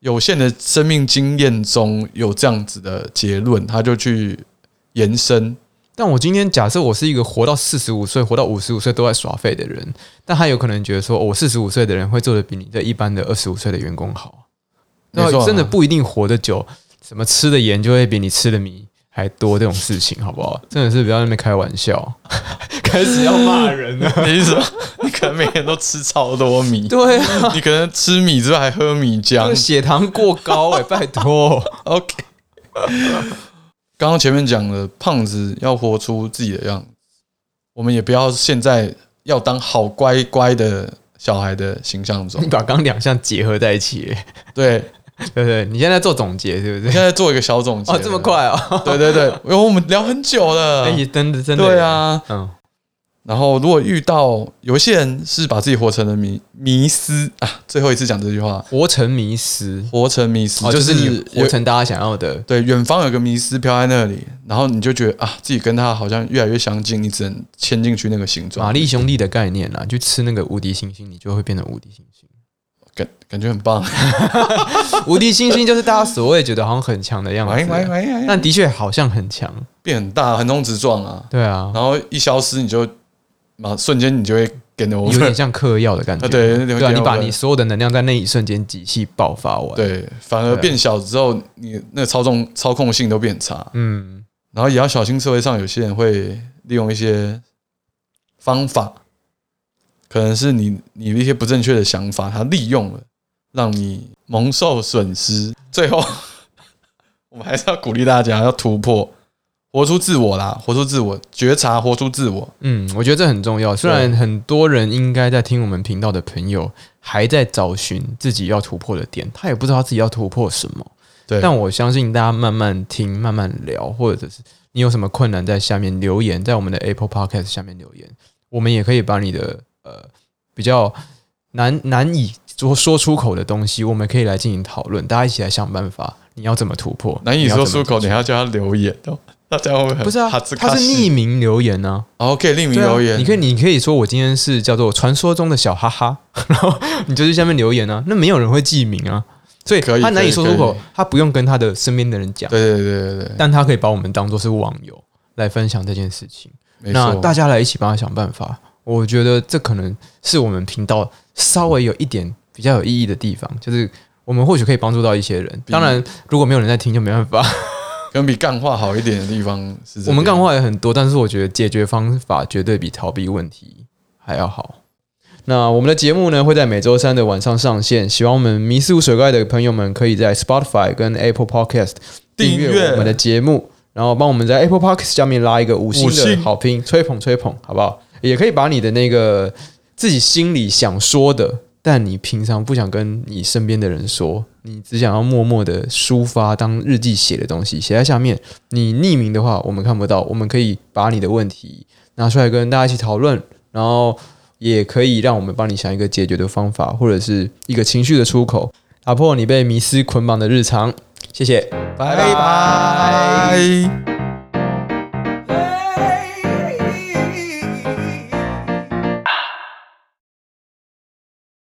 Speaker 2: 有限的生命经验中有这样子的结论，他就去延伸。
Speaker 1: 但我今天假设我是一个活到四十五岁、活到五十五岁都在耍废的人，但他有可能觉得说，哦我四十五岁的人会做的比你这一般的二十五岁的员工好，
Speaker 2: 没
Speaker 1: 那
Speaker 2: 错啊
Speaker 1: 真的
Speaker 2: <laughs>
Speaker 1: 不一定活得久。什么吃的盐就会比你吃的米还多这种事情，好不好？真的是不要在那边开玩
Speaker 2: <laughs>
Speaker 1: 笑，开始要骂人了。
Speaker 2: 你是说， <laughs> 你可能每天都吃超多米，
Speaker 1: 对啊，
Speaker 2: 你可能吃米之外还喝米
Speaker 1: <laughs> 这
Speaker 2: 浆
Speaker 1: 个。血糖过高哎、拜托。
Speaker 2: OK，刚刚前面讲的，胖子要活出自己的样子，我们也不要现在要当好乖乖的小孩的形象
Speaker 1: <laughs>
Speaker 2: 中
Speaker 1: 你。把刚两项结合在一起、哎
Speaker 2: 对，
Speaker 1: 对不对？你现在做总结是不
Speaker 2: 你
Speaker 1: 是？
Speaker 2: 现在做一个小总结。
Speaker 1: 哦，这么？快哦！
Speaker 2: 对对对，因为我们聊很久了。
Speaker 1: 哎、真的真的，
Speaker 2: 对，啊，
Speaker 1: 嗯，
Speaker 2: 然后如果遇到有些人是把自己活成了迷迷失啊，最后一次讲这句话，
Speaker 1: 活成迷失，
Speaker 2: 活成迷失、
Speaker 1: 哦，
Speaker 2: 就
Speaker 1: 就是你
Speaker 2: 有
Speaker 1: 活成大家想要的，
Speaker 2: 对，远方有个迷失飘在那里，然后你就觉得啊，自己跟他好像越来越相近，你只能牵进去那个形状
Speaker 1: 玛，丽兄弟的概念啦，就吃那个无敌星星，你就会变成无敌星星。 <laughs>
Speaker 2: 感感觉很棒。
Speaker 1: 无敌星星就是大家所谓觉得好像很强的样
Speaker 2: 喂喂
Speaker 1: 子，啊
Speaker 2: 喂喂，
Speaker 1: 但的确好像很强。
Speaker 2: 变很大，横冲直撞啊！
Speaker 1: 对啊，
Speaker 2: 然后一消失，你就马瞬间你就会跟着我
Speaker 1: 有点像嗑药的感觉。
Speaker 2: 啊 <laughs> 对有点
Speaker 1: 对啊，
Speaker 2: 像
Speaker 1: 你把
Speaker 2: 嗑药
Speaker 1: 你所有的能量在那一瞬间集气爆发完。，
Speaker 2: 对，反
Speaker 1: 啊
Speaker 2: 而变小之后，你那个操纵操控性都变差，
Speaker 1: 嗯，
Speaker 2: 然后也要小心社会上有些人会利用一些方法，可能是你你的一些不正确的想法，他利用了，让你蒙受损失。最后， <laughs> 我们还是要鼓励大家要突破，活出自我啦，活出自我，觉察，活出自我。
Speaker 1: 嗯，我觉得这很重要。虽然很多人应该在听我们频道的朋友还在找寻自己要突破的点，他也不知道自己要突破什么。
Speaker 2: 对
Speaker 1: 但我相信大家慢慢听、慢慢聊，或者是你有什么困难，在下面留言，在我们的 Apple Podcast 下面留言，我们也可以把你的呃比较难难以说说出口的东西，我们可以来进行讨论，大家一起来想办法，你要怎么突破？
Speaker 2: 难以
Speaker 1: 你要
Speaker 2: 说
Speaker 1: 怎
Speaker 2: 出
Speaker 1: 么
Speaker 2: 口，你还要叫他留言哦。那这样会不会很
Speaker 1: 不是啊，
Speaker 2: 哈兹
Speaker 1: 它
Speaker 2: 卡
Speaker 1: 是
Speaker 2: 西
Speaker 1: 匿名留言呢、啊。
Speaker 2: 哦，可以匿名
Speaker 1: 对啊
Speaker 2: 留言，
Speaker 1: 你可以，你可以说我今天是叫做传说中的小哈哈， <laughs> 然后你就去下面留言啊，那没有人会记名啊，所以
Speaker 2: 可以
Speaker 1: 他难以说出口
Speaker 2: 可以可以，
Speaker 1: 他不用跟他的身边的人讲，
Speaker 2: 对对对对对，
Speaker 1: 但他可以把我们当做是网友来分享这件事情。
Speaker 2: 没
Speaker 1: 那
Speaker 2: 错，
Speaker 1: 大家来一起帮他想办法，我觉得这可能是我们频道稍微有一点比较有意义的地方，就是我们或许可以帮助到一些人。
Speaker 2: 比
Speaker 1: 当然，如果没有人在听，就没办法。
Speaker 2: 可能比干话好一点的地方是
Speaker 1: <laughs>
Speaker 2: 这
Speaker 1: 我们
Speaker 2: 边
Speaker 1: 干话也很多，但是我觉得解决方法绝对比逃避问题还要好。那我们的节目呢会在每周三的晚上上线，喜欢我们《迷失无水怪》的朋友们，可以在 Spotify 跟 Apple Podcast 订
Speaker 2: 订
Speaker 1: 阅
Speaker 2: 阅
Speaker 1: 我们的节目，然后帮我们在 Apple Podcast 下面拉一个五星
Speaker 2: 五
Speaker 1: 的
Speaker 2: 星
Speaker 1: 好评，吹捧吹捧，好不好？也可以把你的那个自己心里想说的，但你平常不想跟你身边的人说，你只想要默默的抒发，当日记写的东西写在下面。你匿名的话，我们看不到，我们可以把你的问题拿出来跟大家一起讨论，然后也可以让我们帮你想一个解决的方法，或者是一个情绪的出口，打破你被迷失捆绑的日常。谢谢。
Speaker 2: 拜拜。